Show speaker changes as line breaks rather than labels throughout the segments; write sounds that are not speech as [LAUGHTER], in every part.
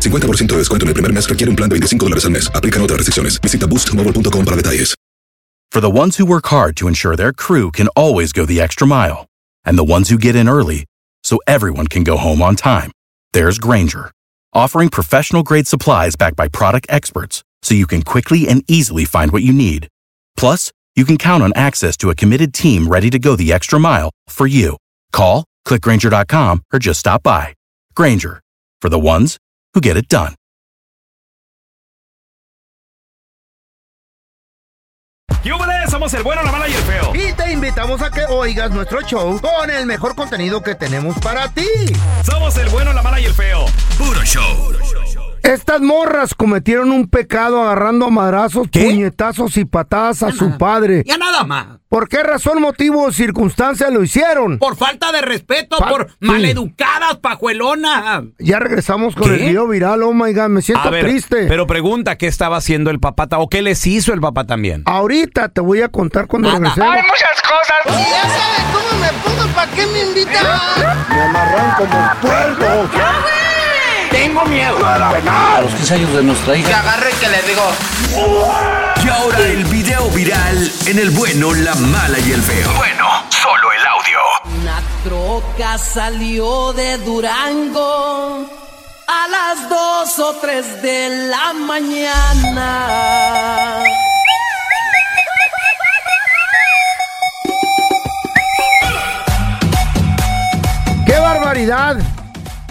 50% de descuento en el primer mes requiere un plan de 25 dólares al mes. Aplican otras restricciones. Visita boostmobile.com para detalles.
For the ones who work hard to ensure their crew can always go the extra mile, and the ones who get in early so everyone can go home on time, there's Granger, offering professional grade supplies backed by product experts so you can quickly and easily find what you need. Plus, you can count on access to a committed team ready to go the extra mile for you. Call, clickgranger.com, or just stop by. Granger, for the ones who get it done.
¡Yúbales! Somos el bueno, la mala y el feo.
Y te invitamos a que oigas nuestro show con el mejor contenido que tenemos para ti.
Somos el bueno, la mala y el feo. Puro show.
Estas morras cometieron un pecado agarrando a madrazos, puñetazos y patadas a su padre.
Ya nada más.
¿Por qué razón, motivo o circunstancia lo hicieron?
Por falta de respeto,
Fal-
por maleducadas, pajuelonas.
Ya regresamos con el video viral, oh my god, me siento
A ver,
triste.
pero pregunta, ¿qué estaba haciendo el papá ta- o qué les hizo el papá también?
Ahorita te voy a contar cuando regresemos.
muchas cosas. ya sabes cómo me pongo, ¿para qué me invitan?
Me amarran como puerco.
Tengo miedo. A los 15 años de nuestra hija. Que agarre que le digo.
Y ahora el video viral en el bueno, la mala y el feo. Bueno, solo el audio.
Una troca salió de Durango a las 2 o 3 de la mañana.
¡Qué barbaridad!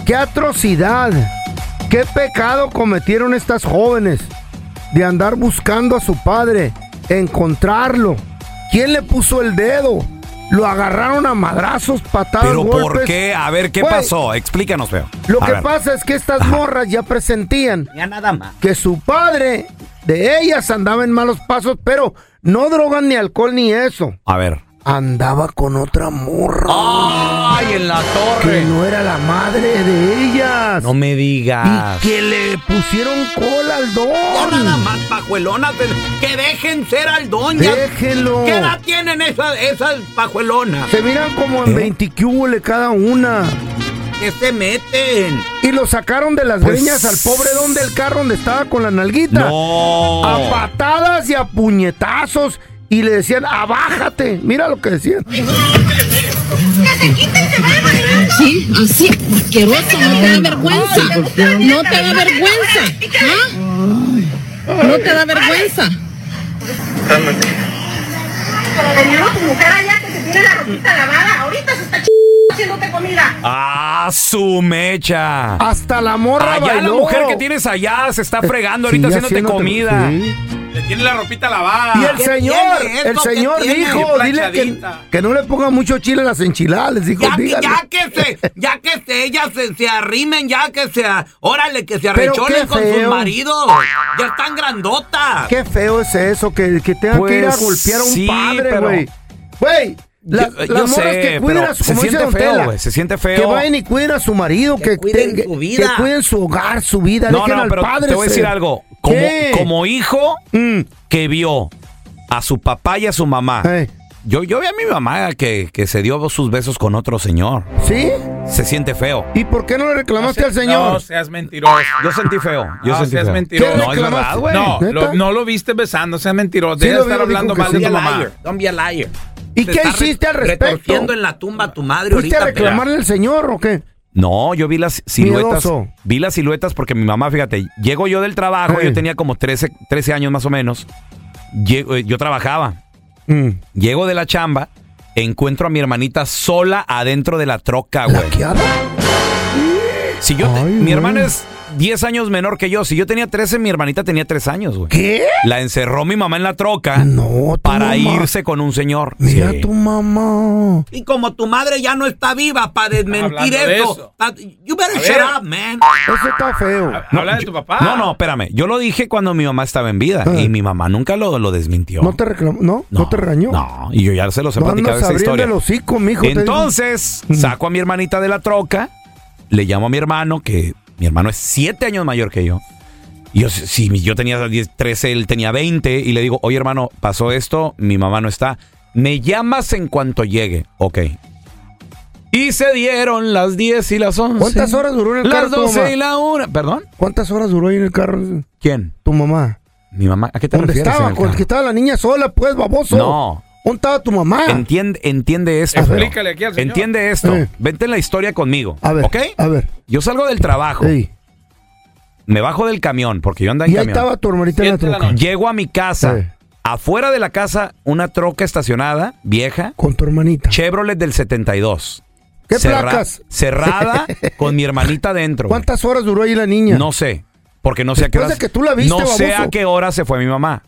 ¡Qué atrocidad! ¡Qué pecado cometieron estas jóvenes! De andar buscando a su padre, encontrarlo. ¿Quién le puso el dedo? Lo agarraron a madrazos, patadas,
Pero
golpes.
¿por qué? A ver, ¿qué
Güey,
pasó? Explícanos, feo.
Lo
A
que
ver.
pasa es que estas morras ya presentían
Ya nada más.
que su padre de ellas andaba en malos pasos, pero no drogas ni alcohol ni eso.
A ver.
Andaba con otra morra
¡Ay, en la
que
torre!
no era la madre de ellas.
No me digas.
Y que le pusieron cola al
Ya nada
don.
más, pajuelonas. de- Que dejen ser al don. ya.
Déjenlo.
¿Qué edad tienen esas, esas pajuelonas?
Se miran como
¿Eh?
en 20 cúbole cada una.
Que se meten.
Y lo sacaron de las
Pues-
greñas al pobre don del carro donde estaba con la nalguita.
No.
A patadas y a puñetazos. Y le decían, abájate. Mira lo que decían.
[LAUGHS] Sí, así, asqueroso, no te da vergüenza. No te da vergüenza. ¿ah? No te da vergüenza.
¡Ah, su mecha!
Hasta la morra
Allá la
bailó. Eh,
mujer que tienes allá se está fregando
Sí,
ahorita haciéndote
haciéndote-
comida.
sí.
Le tiene la ropita lavada.
Y el
Ah, ¿Qué
señor,
tiene
el
esto? ¿Qué
señor
tiene?
dijo,
Bien
dile que,
planchadita.
que no le ponga mucho chile a las enchiladas, les dijo,
Ya, que-
dígale.
ya que se, ya que se, ellas se, se arrimen, ya que se, a- órale, que se
Pero qué
arrecholen con sus
feo.
maridos. Ya están grandotas.
Qué feo es eso, que, que tengan que ir a
Ah. Pues
golpear a un
sí,
padre,
pero-
güey. Güey, las,
Yo- yo
las morras
sé,
que cuiden
pero
a su
se
como dice
siente
don
feo,
Tela,
güey, se siente feo.
Que vayan y cuiden a su marido, que,
cuiden
te-
su vida.
que cuiden su hogar, su vida,
No,
dejen
no,
al
pero
padre.
te voy a decir
ser.
algo. Como,
¿Qué?
como hijo
Mm,
que vio a su papá y a su mamá.
eh,
Yo, yo vi a mi mamá que, que se dio sus besos con otro señor.
¿Sí?
Se siente feo.
¿Y por qué no le reclamaste al señor?
No seas mentiroso.
Yo sentí feo. Yo
No
sentí
seas
feo.
mentiroso.
No, es verdad,
¿Reclamaste?
güey.
No,
¿Neta?
lo- no lo viste besando, seas mentiroso.
Sí
Debe
lo
estar
vi,
hablando
dijo que
mal de
sí.
tu
Don't be a
mamá.
Don't be a liar.
¿Y
Te
qué
está
hiciste al
re-
respecto?
Retorciendo en la tumba a tu madre
¿Fuiste
ahorita.
a
pero-
reclamarle al señor o qué?
No, yo vi las siluetas.
Miedoso.
Vi las
Eh.
siluetas porque mi mamá, fíjate, llego yo del trabajo,
Ey.
yo tenía como 13, 13 años más o menos. llego- eh, yo trabajaba.
Mm.
Llego de la chamba, encuentro a mi hermanita sola adentro de la troca, güey. Si yo te- mi hermana es 10 años menor que yo. Si yo tenía 13, mi hermanita tenía 3 años, güey.
¿Qué?
La encerró mi mamá en la troca para irse con un señor.
Mira tu mamá.
Y como tu madre ya no está viva para desmentir
Hablando de
esto, pa- you better
A
shut
ver.
up, man.
Eso está feo.
No, yo- No, no, espérame. Yo lo dije cuando mi mamá estaba en
Ah.
vida y mi mamá nunca lo, lo desmintió.
No te reclamó, no, no, te regañó. No,
Y yo ya se los he
No
platicado
andas
esa
abriendo
historia.
el hocico, mijo, te digo.
Entonces, saco a mi hermanita de la troca, le llamo a mi hermano, que mi hermano es siete años mayor que yo. Y Yo, si- si yo tenía 10, 13, él tenía 20, y le digo, oye hermano, pasó esto, mi mamá no está. Me llamas en cuanto llegue. Ok. Y se dieron las 10 y las 11.
¿Cuántas horas duró en el
Las
carro tu
12
mamá?
y la 1. ¿Perdón?
¿Cuántas horas duró ahí en el carro?
¿Quién?
Tu mamá.
Mi mamá. ¿A qué te
¿Dónde
refieres? en
estaba?
el
¿Con
carro?
que estaba la niña sola, pues, baboso?
No.
¿Dónde estaba tu mamá?
Entiende, entiende esto.
A ver.
Explícale
aquí al
señor.
Entiende esto.
Eh.
Vente en la historia conmigo.
A ver,
¿Ok?
a ver.
Yo salgo del trabajo. Me bajo del camión, porque yo andaba en
Y ahí
camión.
estaba tu hermanita en la troca.
Llego a mi casa. Afuera de la casa, una troca estacionada, vieja.
Con tu hermanita.
Chevrolet del 72.
¿Qué placas? [LAUGHS]
Cerrada con mi hermanita dentro. güey.
¿Cuántas horas duró ahí la niña?
No sé. Porque no sé a qué
Después
hora.
de que tú la viste,
no sé
baboso.
a qué hora se fue mi mamá.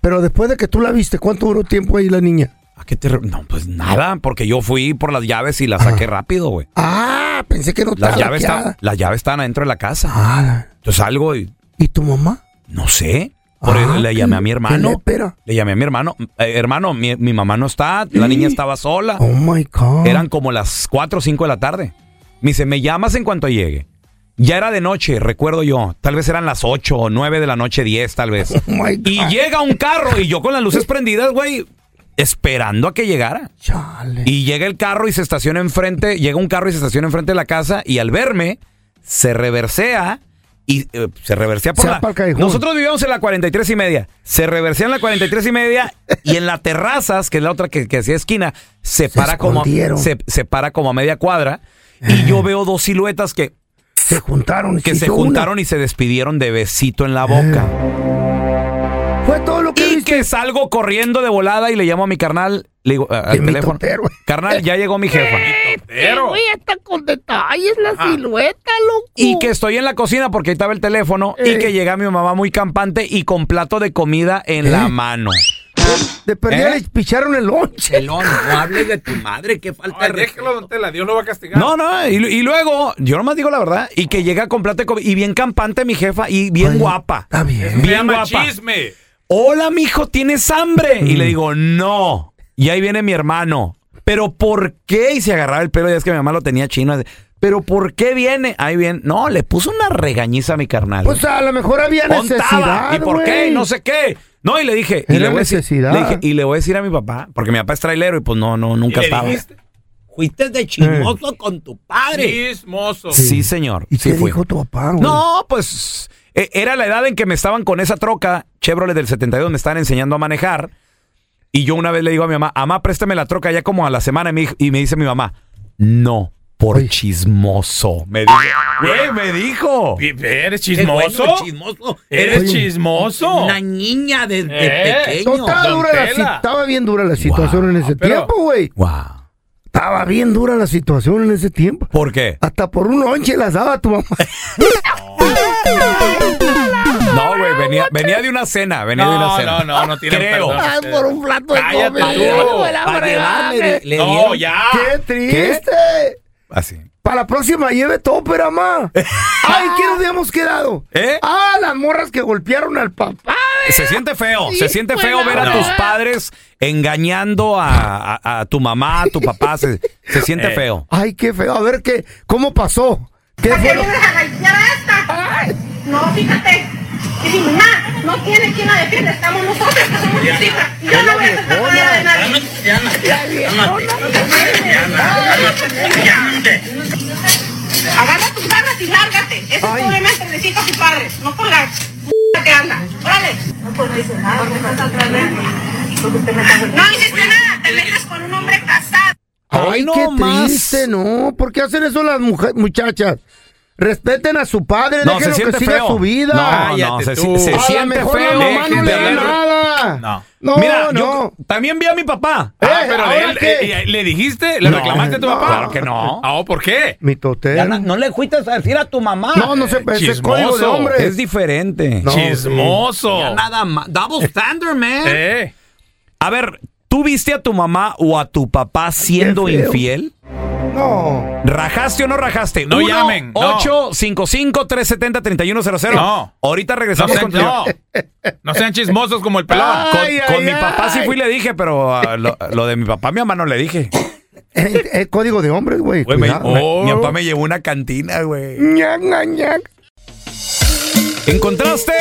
Pero después de que tú la viste, ¿cuánto duró tiempo ahí la niña?
¿A qué te re- No, pues nada, porque yo fui por las llaves y las saqué rápido, güey.
Ah, pensé que no
Las
estaba
llaves,
laqueada.
están, las llaves estaban adentro de la casa. Entonces salgo y
Ah. ¿Y tu mamá?
no sé. Por
Ah,
le llamé a mi
qué
hermano.
lépera.
Le llamé a mi hermano. "Eh, hermano, mi, mi mamá no está. La niña estaba sola.
Oh my God.
Eran como las 4 o 5 de la tarde. Me dice, me llamas en cuanto llegue. Ya era de noche, recuerdo yo. Tal vez eran las 8 o 9 de la noche, 10 tal vez.
Oh
y llega un carro y yo con las luces prendidas, güey, esperando a que llegara. Y llega el carro y se estaciona enfrente, llega un carro y se estaciona enfrente de la casa y al verme se reversea y eh, se reversea por
Se va
la...
pa'l callejón.
Nosotros vivíamos en la 43 y media. Se reversea en la 43 y media y en la terrazas, que es la otra que, que hacía esquina, se, para como
escondieron.
se, se para como a media cuadra y yo veo dos siluetas que
Eh. se juntaron
que se juntaron y se despidieron de besito en la boca.
Eh. Fue todo lo que
y que salgo corriendo de volada y le llamo a mi carnal, le digo eh, al teléfono, carnal, ya llegó mi jefa.
Eh.
Pero. Güey, hasta con detalles la
Ah.
silueta, loco.
Uh.
Y que estoy en la cocina porque ahí estaba el teléfono
Eh.
y que llega mi mamá muy campante y con plato de comida en la mano.
Eh.
¿Eh?
De perdida le picharon el lonche.
El lonche, no hables de tu madre, qué falta de
Déjalo, don Tela, Dios lo va a castigar.
No, no, y, lu- y luego, yo nomás digo la verdad, y que llega con plato de comida y bien campante mi jefa y bien guapa. Está bien.
Se
Bien
llama
guapa.
chisme.
Hola, mijo, ¿tienes hambre?
Mm.
Y le digo, no. Y ahí viene mi hermano. ¿Pero por qué? Y se agarraba el pelo, ya es que mi mamá lo tenía chino. así, ¿Pero por qué viene? Ahí viene. No, le puso una regañiza a mi carnal.
Pues a lo mejor había
Contaba,
necesidad,
¿Y por qué?
güey.
No sé qué. No, y le dije, y
Era
le, voy a decir,
necesidad.
le dije, y le voy a decir a mi papá, porque mi papá es trailero y pues no, no, nunca
le
estaba.
dijiste? Fuiste de
Eh.
chismoso con tu padre. Chismoso.
Sí, señor.
¿Y
sí
qué
fui.
dijo tu papá, güey?
No, pues eh, era la edad en que me estaban con esa troca Chevrolet del 72, me estaban enseñando a manejar. Y yo una vez le digo a mi mamá, mamá, préstame la troca ya como a la semana. Y me, dij- y me dice mi mamá, no, por chismoso. Me dijo, güey, me dijo.
¿Eres chismoso?
chismoso.
¿Eres chismoso?
Una niña desde
¿Eh?
pequeño.
No, estaba, dura la, si- estaba bien dura la situación en ese tiempo, güey. Estaba bien dura la situación en ese tiempo.
¿Por qué?
Hasta por un lonche las daba tu mamá.
No, güey, venía, venía de una cena, venía de una
No,
cena.
no, no, no tiene
Creo.
perdón.
Ay, por un plato de
Cállate
comida,
tú.
güey, la
Pa'
fregada.
llevarle, le- le No, dieron. ya.
¡Qué triste!
Así.
Para la próxima lleve tópera, ma. ¡Ay, qué nos habíamos quedado!
¿Eh?
¡Ah, las morras que golpearon al papá!
Se siente feo,
Sí,
se siente
fue
feo
la
ver a
verdad.
tus padres engañando a, a- a tu mamá, a tu papá. Se, se siente
Eh.
feo.
¡Ay, qué feo! A ver, ¿qué? ¿cómo pasó? ¿Qué fue? lo-
No, fíjate. que mi mamá no tiene quien la defienda. Estamos nosotros que somos sus hijas. Yo no voy a aceptar nada de nadie. La viejona. Agarra tus garras y lárgate. Ese es el problema entre mis hijos y padres. No por la p- que anda. Órale. No, pues no hice nada. No estás atrás de mí. No hiciste nada. Te metes con un hombre casado.
Ay, qué triste, no. ¿Por qué hacen eso las mujer- muchachas? Respeten a su padre,
No, se
déjenlo
siente
que siga
feo.
su vida.
No, no, Cállate se- tú. se
A lo
siente
mejor la
feo.
mamá no le da
Déjenlo.
nada. Eh,
No.
No,
Mira,
no.
yo también vi a mi papá. Ah,
Eh,
pero
¿ahora
de él,
qué?
eh, eh, ¿le dijiste? ¿Le
No,
reclamaste a tu
no.
papá?
Claro que no.
Ah, ¿por qué?
Mi totero.
No le fuiste a decir a tu mamá.
No, no sé, ese es código de hombre.
Es diferente.
No,
Chismoso. Eh.
Ya nada más. Double standard, man.
A ver, ¿tú viste a tu mamá o a tu papá siendo
Qué feo.
infiel?
No.
¿Rajaste o no rajaste?
No llamen, no.
855-370-3100.
No.
Ahorita
No
regresamos
sean,
contigo.
no. No sean chismosos como el pelón.
Con,
Ay,
con
ay,
mi
ay.
papá sí fui y le dije, pero ah, lo, lo de mi papá, mi mamá no le dije.
Es es código de hombres, güey.
Güey, me-
cuidado.
me- Mi
Oh.
papá me llevó a una cantina, güey.
Ñac, ñac, ñac.
¿Encontraste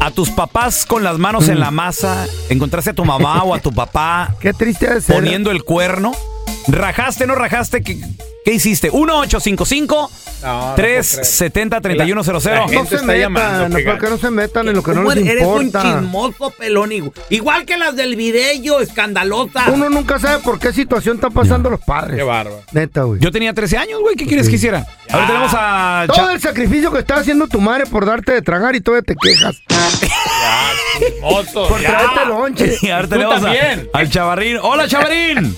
a tus papás con las manos en la masa? ¿Encontraste a tu mamá o a tu papá
Mm. [LAUGHS] Qué triste es ser.
poniendo el cuerno? ¿Rajaste, no rajaste? ¿Qué, qué hiciste? 1-855-370-3100.
No se
está llamando,
metan, no,
fíjate.
¿por qué no se metan en lo que no
Tú
les
eres un
importa?
chismoso pelón, higu- igual que las del video, escandalosa.
Uno nunca sabe por qué situación están pasando los padres.
Qué bárbaro.
Neta, güey.
Yo tenía 13 años, güey. ¿Qué quieres que hiciera? A ver, tenemos a... Cha-
Todo el sacrificio que está haciendo tu madre por darte de tragar y todavía te quejas.
Chismosos.
Por traerte lonche.
[LAUGHS] Y ahora
Tú
tenemos a-
también.
al Chavarín. ¡Hola, Chavarín!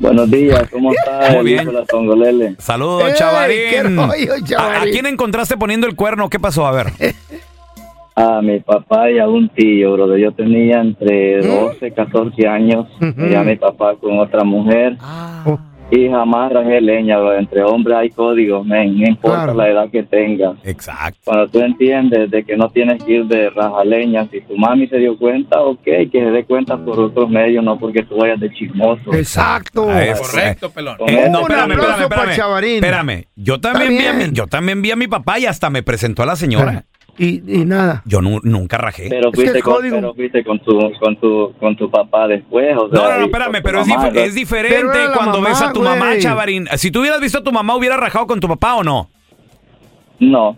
Buenos días, ¿cómo está?
Muy bien.
Nicolás Tongolele?
Saludos,
Ey, qué
Chavarín.
rollo,
¿A, a
Chavarín.
quién encontraste poniendo el cuerno? ¿Qué pasó? A ver.
A mi papá y a un tío, brother. Yo tenía entre 12, 14 años.
¿Eh? Ujú.
Y a mi papá con otra mujer.
Oh,
Y jamás rajé leña, brother. Entre hombres hay códigos, men. No importa
Claro.
la edad que tengas.
Exacto.
Cuando tú entiendes de que no tienes que ir de rajaleña, si tu mami se dio cuenta, ok, que se dé cuenta por otros medios, no porque tú vayas de chismoso.
Exacto.
A eso.
Correcto, pelón.
Con eso,
no,
aplauso
espérame, espérame,
para el
espérame.
Chavarín.
Espérame. Yo también,
Está
vi a mi,
bien.
yo también vi a mi papá y hasta me presentó a la señora.
Y, y nada.
Yo nu- nunca rajé.
Pero
que
fuiste,
el
con,
código-
pero fuiste con tu con tu con tu papá después, o sea,
no, no, no,
y con
espérame,
tu
pero es,
mamá,
dif-
¿no?
es diferente
Pero era la
cuando
mamá,
ves a tu mamá,
güey.
Chavarín. Si tú hubieras visto a tu mamá, ¿hubieras rajado con tu papá o no?
No,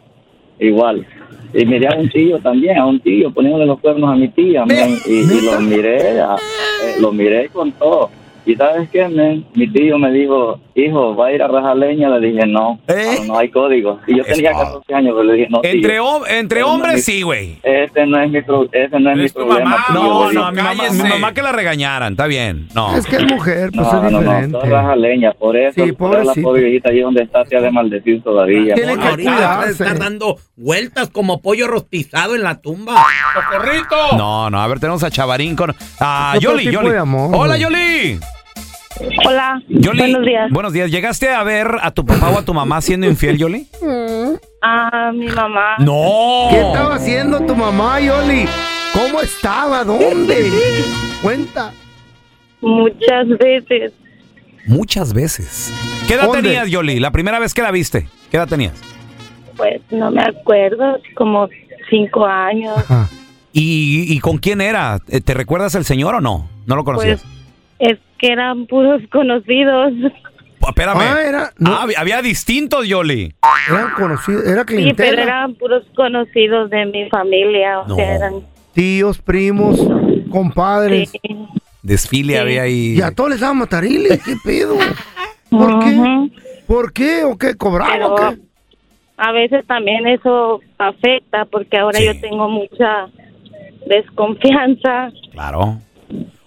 igual. Y miré a un tío también, a un tío poniéndole los cuernos a mi tía, men, y, y lo miré, a- eh, lo miré con todo. Y sabes qué, men? mi tío me dijo, hijo, va a ir a rajar leña, le dije, no,
¿Eh?
no, no hay código. Y yo
Es-
tenía 14 años, pero le dije, no, tío,
Entre, hom- entre
Pero no
hombres,
me-
sí, güey.
ese no es mi, pro- ese no es
Pero
mi
es tu
problema.
mamá,
tío",
No,
le dije.
no, a mi mamá,
cállese.
mi mamá que la regañaran, está bien. No.
Es que es mujer, pues
No,
es
no, no,
diferente.
todas las leña, por eso,
Sí,
por la
pobrecito.
pobrecita ahí donde está, te ha de maldecir todavía.
Tiene
¿no?
que
Ahorita
cuidarse.
está dando vueltas como pollo rostizado en la tumba.
¡Socorrito!
No, no, a ver, tenemos a Chavarín con. A
Es otro
Yoli,
tipo
Yoli.
de amor,
Hola,
güey.
Yoli.
Hola,
Yoli.
buenos días.
Buenos días. ¿Llegaste a ver a tu papá o a tu mamá siendo infiel, Yoli?
Ah, mi mamá.
No.
¿Qué estaba haciendo tu mamá, Yoli? ¿Cómo estaba? ¿Dónde? Cuenta.
Muchas veces.
Muchas veces. ¿Qué edad
¿Dónde?
tenías, Yoli? La primera vez que la viste. ¿Qué edad tenías?
Pues no me acuerdo, como cinco años.
Ajá.
¿Y, y con quién era? Eh, ¿Te recuerdas el señor o no? No lo conocías.
Pues es que eran puros conocidos.
P- Espérame.
Ah, era- no. Ah,
Ah, había- había distintos, Yoli.
Era conocido, era
Sí, pero
clientela.
eran puros conocidos de mi familia. O
No.
sea, eran.
Tíos, primos, compadres.
sí.
Desfile
Sí.
había ahí.
Y a todos les daban matariles. ¿Qué pedo? ¿Por qué?
Ujú.
¿Por qué? ¿O qué? ¿Cobraban
Pero
o qué?
a veces también eso afecta porque ahora
Sí.
yo tengo mucha desconfianza.
Claro.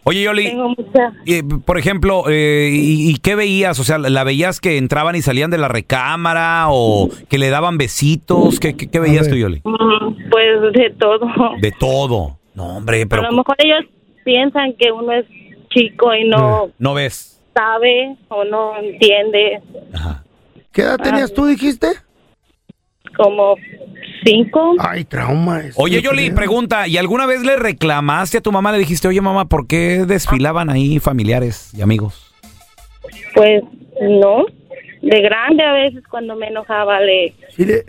Oye, Yoli.
Tengo mucha.
Eh, por ejemplo, eh, ¿y, y qué veías? O sea, ¿la veías que entraban y salían de la recámara o que le daban besitos? ¿Qué, qué- qué veías
ver.
tú, Yoli?
mm, Pues de todo.
De todo. No, hombre,
A
pero
lo mejor ellos piensan que uno es chico y no.
Eh, no ves.
sabe o no entiende
Ajá.
¿Qué edad tenías tú, dijiste?
como cinco.
Ay, trauma. es-
Oye, Yoli, pregunta, ¿y alguna vez le reclamaste a tu mamá? Le dijiste, oye, mamá, ¿por qué desfilaban ahí familiares y amigos?
Pues no. De grande a veces cuando me enojaba le
Sí, de-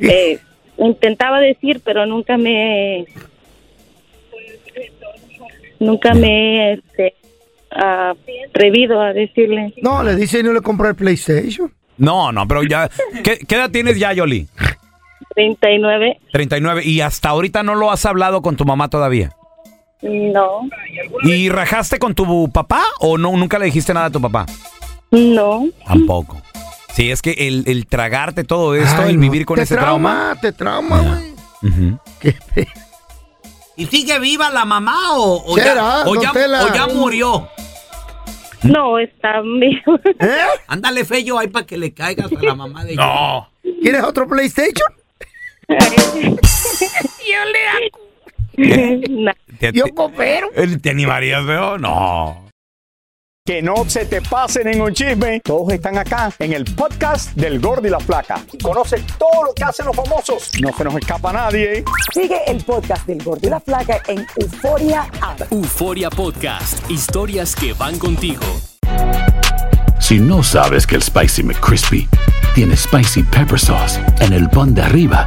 eh, intentaba decir, pero nunca me nunca me este, ah, atrevido a decirle.
No, le dice y no le compró el PlayStation.
No, no, pero ya... ¿Qué, qué edad tienes ya, Yoli?
39,
39. Y hasta ahorita no lo has hablado con tu mamá todavía.
no,
¿Y rajaste con tu papá o no, nunca le dijiste nada a tu papá?
no.
Tampoco. [LAUGHS] Sí, es que el, el tragarte todo esto, el vivir con
te
ese
trauma,
trauma.
te trauma, güey.
Ujú.
¿Y sigue viva la mamá o, o
¿Será,
ya, o
don
ya-
Tela?
o ya murió?
No, está bien.
[LAUGHS] ¿Eh?
Ándale, Fello, ahí para que le caigas a la mamá de
No.
¿Quieres otro PlayStation? [LAUGHS]
Te-
Yo
te-
coopero.
Eh, ¿Te animarías, veo? No.
Que no se te pasen en un chisme. Todos están acá en el podcast del Gordi y la Flaca. Y Conoce todo lo que hacen los famosos. No se nos escapa nadie.
Sigue el podcast del Gordo y la Flaca en Euforia App.
Euforia Podcast, historias que van contigo.
Si no sabes que el Spicy McCrispy tiene Spicy Pepper Sauce en el pan de arriba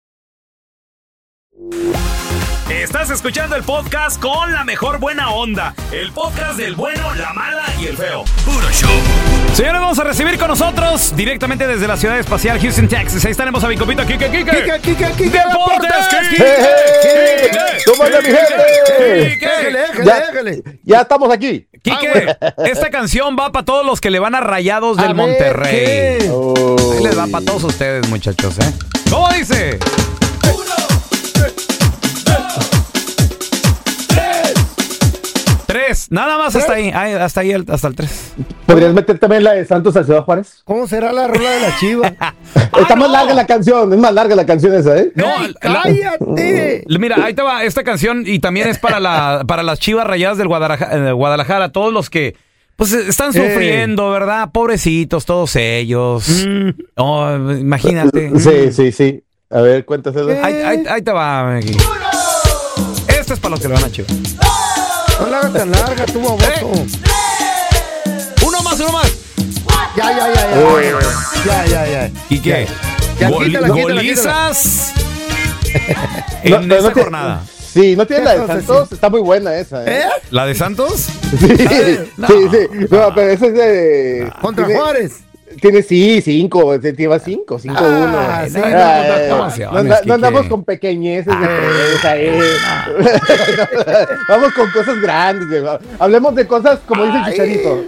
Estás escuchando el podcast con la mejor buena onda. El podcast del bueno, la mala y el feo. Puro show.
Señores, vamos a recibir con nosotros directamente desde la ciudad espacial Houston, Texas. Ahí estaremos a Bicopito, Kike, Kike.
Quique,
Kike,
Kike. Deportes, Kike.
¿Cómo anda mi gente? Ya- Ya estamos aquí.
Quique, Ah, esta canción va para todos los que le van a Oh. Rayados del Monterrey. Ahí les va para todos ustedes, muchachos, ¿eh? ¿Cómo dice? Tres, nada más hasta ahí, ahí, hasta ahí, el- hasta el tres.
¿Podrías meter también la de Santos Salcedo Juárez?
¿Cómo será la rola de la chiva?
Está más larga la canción, es más larga la canción esa, ¿eh?
No, la-
¡Cállate!
Mira, ahí te va esta canción y también es
[LAUGHS]
para, la, para las chivas rayadas del Guadalajara, eh, Guadalajara, todos los que pues eh, están
Sí.
sufriendo, ¿verdad? Pobrecitos, todos ellos. Oh, imagínate.
Mm.
Mm.
Sí, sí, sí. A ver, cuéntaselo.
Ahí, ahí- ahí te va, Megui. Esto es para los que le van a chivas.
No la hagas tan larga, tú, baboso.
Uno más, uno más.
Ya, ya, ya, ya. Ya, ya, ya.
¿Y qué?
Ya,
Gol-
quítala, quítala,
golizas
No,
en
pero
esta
no tiene-
jornada.
Sí, no tiene la de
Eso sí.
Santos, está muy buena esa, ¿eh?
¿La de Santos?
Sí, sí, sí. No, pero esa es de.
Contra
tiene-
Juárez.
Tiene, sí, cinco, te lleva cinco, cinco, uno.
Ah, sí, no,
Ay,
no, no,
ay,
no,
ay,
no,
no anda-
Quique.
no andamos con pequeñeces
Ah.
de prensa, eh. [LAUGHS] Vamos con cosas grandes, güey. Hablemos de cosas como dice el chicharito.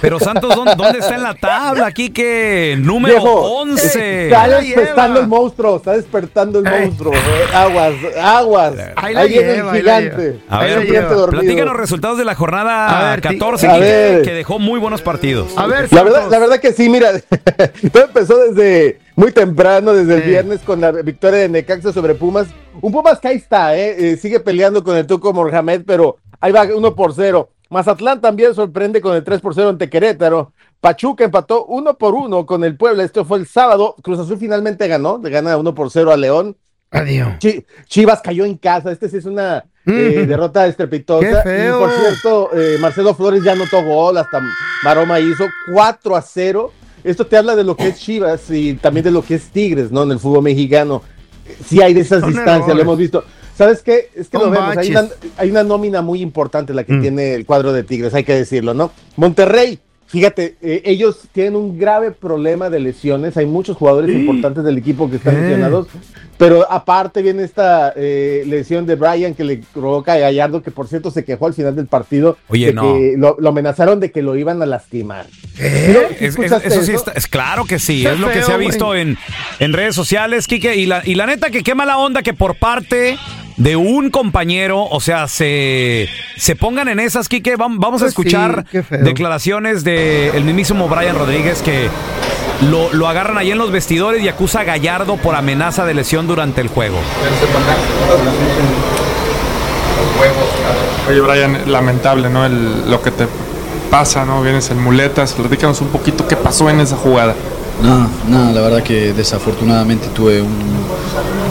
Pero Santos, ¿dónde, dónde está en la tabla, Quique? Número
Viejo,
11.
Está despertando el monstruo, está despertando el monstruo. eh. Aguas, aguas. Ahí,
la
viene
lleva,
el
ahí la
gigante.
A
Ahí
ver,
viene este dormido.
platícanos resultados de la jornada 14,
a
Quique,
ver.
que dejó muy buenos partidos.
la verdad, la verdad que sí, mira, [LAUGHS] todo empezó desde muy temprano, desde el viernes con la victoria de Necaxa sobre Pumas. Un Pumas que ahí está, ¿eh? Eh, sigue peleando con el Tuco Mohamed, pero ahí va uno por 0. Mazatlán también sorprende con el 3 por 0 ante Querétaro. Pachuca empató uno por uno con el Puebla. Esto fue el sábado. Cruz Azul finalmente ganó, le gana uno por 0 a León.
Adiós.
Chivas cayó en casa. Este sí es una eh,
Mm.
derrota estrepitosa.
Qué feo.
Y por cierto, eh, Marcelo Flores ya anotó gol, hasta Maroma hizo 4 a 0. Esto te habla de lo que es Chivas y también de lo que es Tigres, ¿no? En el fútbol mexicano. Eh, Sí hay de esas
Son
distancias, lo
errores.
hemos visto. ¿Sabes qué? Es que
Son
lo vemos. Hay una,
baches.
hay una nómina muy importante la que
Mm.
tiene el cuadro de Tigres, hay que decirlo, ¿no? Monterrey, fíjate, eh, ellos tienen un grave problema de lesiones. Hay muchos jugadores importantes del equipo que están
Eh.
lesionados. Pero aparte viene esta eh, lesión de Brian que le provoca a Gallardo, que por cierto se quejó al final del partido.
Oye,
de
no.
que lo, lo amenazaron de que lo iban a lastimar.
Es- es-
¿Escuchaste
eso sí
eso?
está, es claro que sí,
Está
es lo que
feo,
se ha
güey.
visto en, en redes sociales, Quique, y la, y la neta que qué mala onda que por parte de un compañero, o sea, se, se pongan en esas, Quique. Vam- Vamos
Pues sí,
a escuchar
qué feo.
declaraciones del mismísimo Brian Rodríguez que lo, lo agarran ahí en los vestidores y acusa a Gallardo por amenaza de lesión durante el juego.
Oye, Brian, lamentable, ¿no? El- lo que te pasa, ¿no? Vienes en muletas. Platícanos un poquito qué pasó en esa jugada.
Nada, nada, la verdad que desafortunadamente tuve un,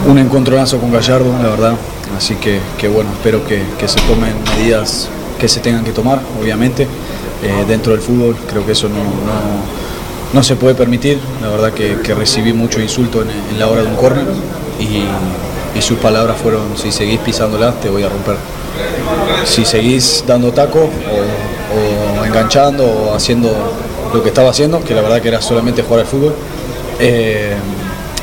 un encontronazo con Gallardo, la verdad. Así que, que bueno, espero que, que se tomen medidas que se tengan que tomar, obviamente, eh, dentro del fútbol. Creo que eso no, no- no se puede permitir. La verdad que, que recibí mucho insulto en, en la hora de un córner y, y sus palabras fueron, si seguís pisándolas, te voy a romper. Si seguís dando taco o, o enganchando o haciendo lo que estaba haciendo, que la verdad que era solamente jugar al fútbol, eh,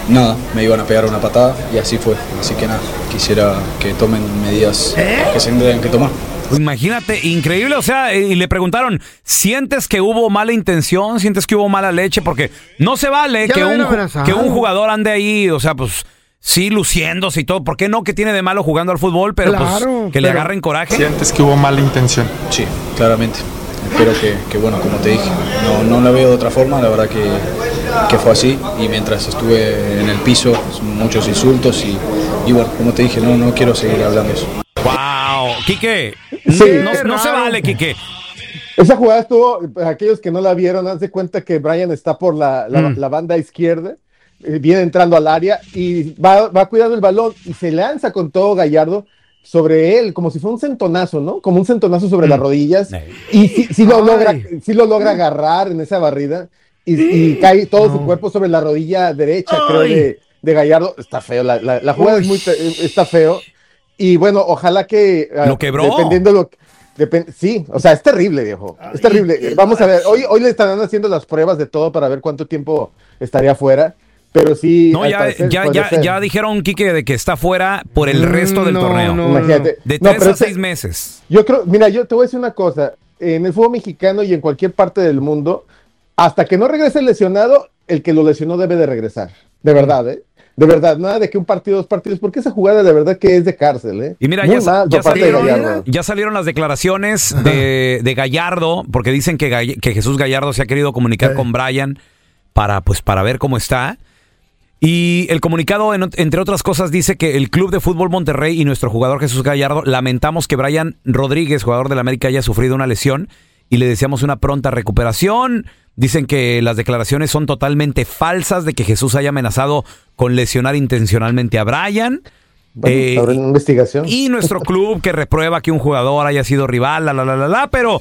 nada, me iban a pegar una patada y así fue. Así que nada, quisiera que tomen medidas que se tendrían que tomar.
Imagínate, increíble, o sea, eh, y le preguntaron, ¿sientes que hubo mala intención? ¿Sientes que hubo mala leche? Porque no se vale
Ya
que
lo
un,
habían abrazado.
que un jugador ande ahí, o sea, pues sí, luciéndose y todo. ¿Por qué no? que tiene de malo jugando al fútbol? Pero pues
Claro,
que le
pero-
agarren coraje.
¿Sientes que hubo mala intención? Sí, claramente. Espero que, que, bueno, como te dije, no, no la veo de otra forma, la verdad que, que fue así. Y mientras estuve en el piso, muchos insultos y, y bueno, como te dije, no, no quiero seguir hablando de eso.
¡Wow! Quique, no, no se vale, Quique.
Esa jugada estuvo, para aquellos que no la vieron, haz de cuenta que Brian está por la, la-
Mm.
la banda izquierda, eh, viene entrando al área y va, va cuidando el balón y se lanza con todo Gallardo sobre él, como si fuera un centonazo, ¿no? Como un centonazo sobre
Mm.
las rodillas. Y sí, sí lo, logra, sí lo logra agarrar en esa barrida y, y
Mm.
cae todo su cuerpo sobre la rodilla derecha, creo,
Ay.
de, de Gallardo. Está feo, la, la- la jugada es muy, fe- eh, está feo. Y bueno, ojalá que... ah,
Lo quebró.
Dependiendo lo que... Depen- sí, o sea, es terrible, viejo. Es terrible. Vamos a ver, hoy, hoy le estarán haciendo las pruebas de todo para ver cuánto tiempo estaría fuera. Pero sí.
No,
al
ya,
parecer
ya,
puede
ya,
ser.
ya dijeron, Quique, de que está fuera por el resto del
no,
torneo.
no, Imagínate.
De
no. No,
tres
pero
a
este-
seis meses.
Yo creo, mira, yo te voy a decir una cosa. En el fútbol mexicano y en cualquier parte del mundo, hasta que no regrese el lesionado, el que lo lesionó debe de regresar. De verdad, ¿eh? De verdad, nada de que un partido, dos partidos, porque esa jugada de verdad que es de cárcel, ¿eh?
Y mira,
Muy
ya,
mal
ya
por parte de
salieron,
Gallardo.
ya salieron las declaraciones de, de Gallardo, porque dicen que, Gall- que Jesús Gallardo se ha querido comunicar con Brian para, pues, para ver cómo está. Y el comunicado, en- entre otras cosas, dice que el Club de Fútbol Monterrey y nuestro jugador Jesús Gallardo lamentamos que Brian Rodríguez, jugador del América, haya sufrido una lesión y le deseamos una pronta recuperación. Dicen que las declaraciones son totalmente falsas de que Jesús haya amenazado con lesionar intencionalmente a Brian. Eh,
Habrá una investigación.
y nuestro club que reprueba que un jugador haya sido rival, la, la, la, la, la, pero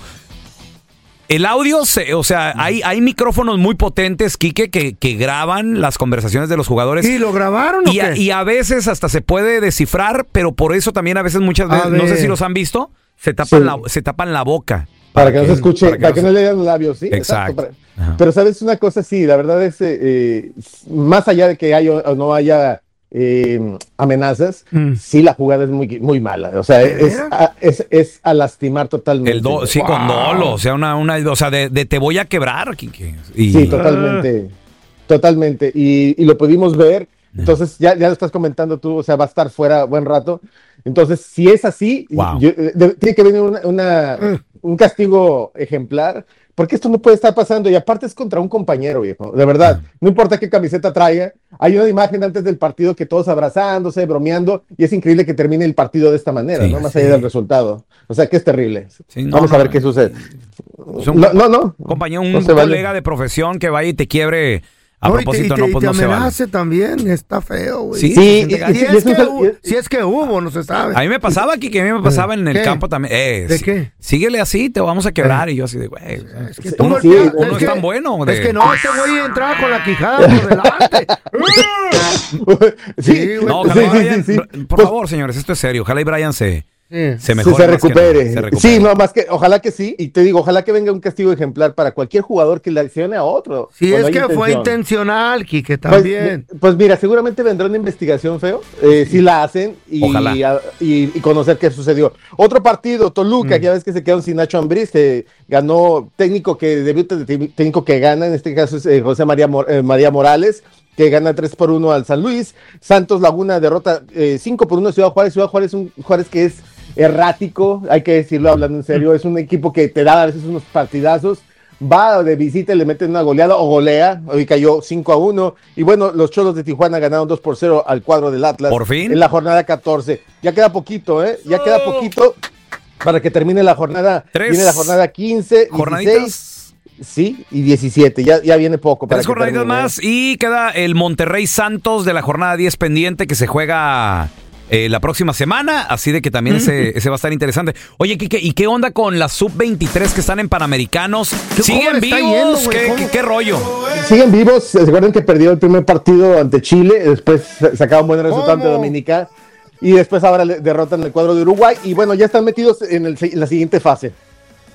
el audio, se- o sea, hay, hay micrófonos muy potentes, Quique, que, que graban las conversaciones de los jugadores.
¿Y lo grabaron o
Y a,
qué?
y a veces hasta se puede descifrar, pero por eso también a veces muchas veces,
A
no sé
ver.
si los han visto, se tapan,
Sí.
la, se tapan la boca.
Para que no se escuche, para que,
no
no, le den los labios, sí.
Exacto.
para- Pero sabes una cosa, sí, la verdad es, eh, eh, más allá de que haya o no haya eh, amenazas, sí la jugada es muy, muy mala. O sea, es a, es, es a lastimar totalmente.
El do- sí, con dolo, o sea, una, una, o sea, de, de te voy a quebrar, Quique. Y-
Sí, totalmente. Totalmente. Y, y lo pudimos ver. Entonces, ya, ya lo estás comentando tú, o sea, va a estar fuera buen rato. Entonces, si es así, yo- eh, de- tiene que venir una- una- un castigo ejemplar, porque esto no puede estar pasando. Y aparte es contra un compañero, viejo, de verdad. No importa qué camiseta traiga. Hay una imagen antes del partido que todos abrazándose, bromeando, y es increíble que termine el partido de esta manera, ¿no? Más allá del resultado. O sea, que es terrible.
no,
Vamos a
no,
ver qué sucede.
un-
No, no, no.
compañero, un
No se vale.
colega de profesión que vaya y te quiebre a
No, y te- y
propósito,
te, y
no, pues
te
no se vale.
amenace también, está feo, güey.
Sí,
Si
sí,
es
y- y- y
que
es un sal-
hubo- si es que hubo, no se sabe.
A mí me pasaba aquí, que a mí me pasaba en el
¿Qué?
campo también. Eh,
¿De
sí,
qué?
Síguele así, te vamos a quebrar. Y yo así de, güey. Es que
tú
uno,
golpea-
uno
es
es
que-
tan bueno.
Es
de-
que no, este güey entraba con la quijada pues, por delante.
Sí, Pues
güey.
No, ojalá y Brian- Por favor, señores, esto es serio. Ojalá y Brian se,
Sí.
se
Sí, se
mejore. más que nada,
recupere.
se recupere.
Sí, no, más que, ojalá que sí. Y te digo, ojalá que venga un castigo ejemplar para cualquier jugador que le accione a otro.
Si
cuando
es
hay
que fue
intención.
intencional, Quique,
Pues,
también.
mi- Pues, mira, seguramente vendrá una investigación feo, eh, si la hacen y,
Ojalá.
a- y- y conocer qué sucedió. Otro partido, Toluca,
Mm.
ya ves que se quedaron sin Nacho Ambriz, que ganó técnico que debió te- te- técnico que gana, en este caso es eh, José María, Mor- eh, María Morales. que gana 3 por 1 al San Luis. Santos Laguna derrota eh, 5 por 1 a Ciudad Juárez. Ciudad Juárez es un Juárez que es errático, hay que decirlo hablando en
Mm.
serio. Es un equipo que te da a veces unos partidazos. Va de visita y le meten una goleada o golea. Hoy cayó 5 a 1. Y bueno, los Cholos de Tijuana ganaron 2 por 0 al cuadro del Atlas.
Por fin.
En la jornada 14. Ya queda poquito, ¿eh? Ya queda poquito para que termine la jornada.
Oh. Tres
Viene la jornada 15, 16, sí, y 17. Ya, ya viene poco. para
Tres
que
jornaditas
termine.
más y queda el Monterrey Santos de la jornada 10 pendiente que se juega eh, la próxima semana, así de que también ese, ese va a estar interesante. Oye, Kike, ¿y qué onda con las sub-23 que están en Panamericanos? ¿Siguen
le está
vivos?
yendo, güey?
¿Qué-
¿Cómo?
qué, qué rollo?
Siguen vivos. ¿Se acuerdan que perdió el primer partido ante Chile? Después sa- sacaron buen resultado ante Dominica. Y después ahora le- derrotan el cuadro de Uruguay. Y bueno, ya están metidos en, el si- en la siguiente fase.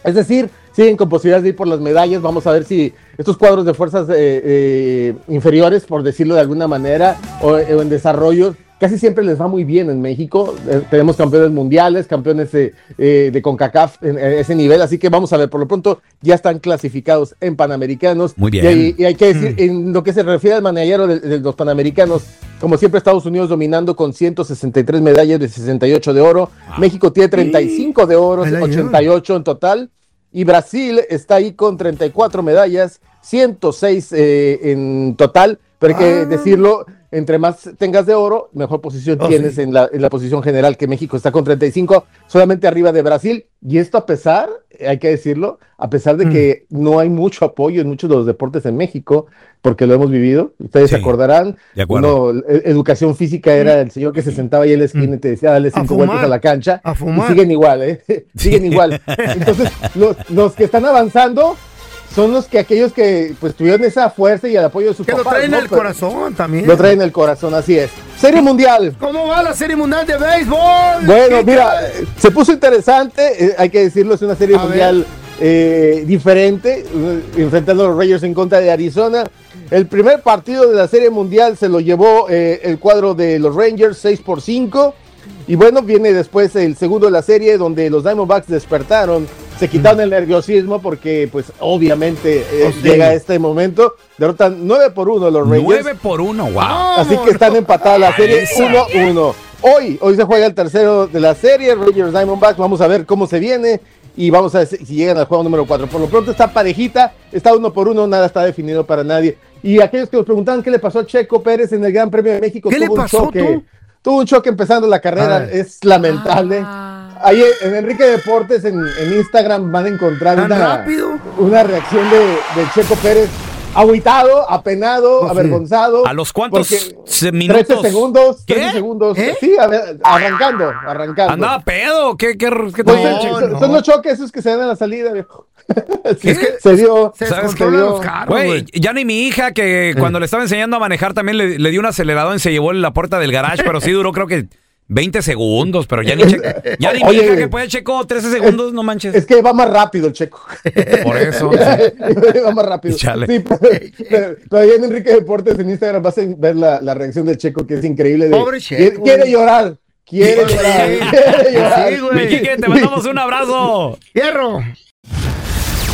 Es decir, siguen con posibilidades de ir por las medallas. Vamos a ver si estos cuadros de fuerzas eh, eh, inferiores, por decirlo de alguna manera, o, eh, o en desarrollo, casi siempre les va muy bien en México. Eh, tenemos campeones mundiales, campeones eh, eh, de CONCACAF en, en ese nivel. Así que vamos a ver, por lo pronto ya están clasificados en Panamericanos.
Muy bien.
Y hay, y hay que
Mm.
decir, en lo que se refiere al manejero de, de los Panamericanos, como siempre Estados Unidos dominando con 163 medallas de 68 de oro,
Ah.
México tiene 35 de oro, 88 en total, y Brasil está ahí con 34 medallas, 106 eh, en total, pero hay
Ah.
que decirlo, entre más tengas de oro, mejor posición
Oh,
tienes
sí.
en, la, en la posición general que México está con 35, solamente arriba de Brasil, y esto a pesar, eh, hay que decirlo, a pesar de que
Mm.
no hay mucho apoyo en muchos de los deportes en México, porque lo hemos vivido, ustedes se acordarán,
de acuerdo.
uno, e- educación física era el señor que se sentaba ahí en la esquina y te decía, dale cinco
Mm. fumar,
vueltas a la cancha,
a
y
fumar.
siguen igual, ¿eh? [LAUGHS] siguen
[LAUGHS]
igual. Entonces, los, los que están avanzando son los que aquellos que pues tuvieron esa fuerza y el apoyo de sus
Que lo
papás,
traen
¿no?
al
Pero-
corazón también.
Lo traen en el corazón, así es. Serie Mundial.
¿Cómo va la serie mundial de béisbol?
Bueno,
¿Qué-
mira, eh, se puso interesante, eh, hay que decirlo, es una serie
A
mundial eh, diferente, eh, enfrentando a los Rangers en contra de Arizona. El primer partido de la serie mundial se lo llevó eh, el cuadro de los Rangers 6 por 5. Y bueno, viene después el segundo de la serie donde los Diamondbacks despertaron, se
Mm.
quitaron el nerviosismo porque pues obviamente eh,
sí.
llega este momento, derrotan 9 por 1 los Rangers.
9 por 1, wow.
Así que están empatadas la serie
Esa.
1-1. Hoy, hoy se juega el tercero de la serie, Rangers Diamondbacks. Vamos a ver cómo se viene y vamos a ver si si llegan al juego número 4. Por lo pronto está parejita, está uno por uno, nada está definido para nadie. Y aquellos que nos preguntaban qué le pasó a Checo Pérez en el Gran Premio de México,
¿Qué le
tuvo
pasó,
un choque.
tú?
Tuvo un choque empezando la
A
carrera,
ver.
es lamentable. Ahí en Enrique Deportes, en, en Instagram, van a encontrar
¿Tan
una,
rápido?
una reacción de, de Checo Pérez. Aguitado, apenado,
Ah,
sí.
avergonzado.
¿A los cuántos
porque-
se- minutos?
13 segundos,
¿Qué? ¿Eh?
13 segundos. Sí, a ver, arrancando, arrancando.
¿Andaba pedo? ¿Qué, qué, qué
Pues,
tal?
eh, son- Son los choques esos que se dan a la salida, viejo.
¿Qué?
Es que se dio,
Se
se
descontrolan
dio.
Güey, ya ni mi hija
Eh.
que cuando le estaba enseñando a manejar también le, le dio un aceleradón y se llevó en la puerta del garage, pero sí duró creo que 20 segundos, pero ya ni, che- ya ni mi
Oye,
hija que puede checo 13 segundos, no manches.
Es que va más rápido el checo.
[LAUGHS]
[LAUGHS]
Por eso.
va más rápido.
Chale.
Sí, pero, pero- pero ahí en Enrique Deportes en Instagram vas a ver la, la reacción del checo que es increíble. de-
Pobre Checo,
quiere- Quiere
güey.
llorar. Quiere
Sí.
llorar.
Sí,
Quiere llorar.
Mi Quique, te mandamos un abrazo.
Hierro.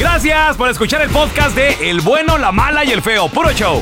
Gracias por escuchar el podcast de El Bueno, la Mala y el Feo. Puro show.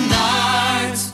Menards.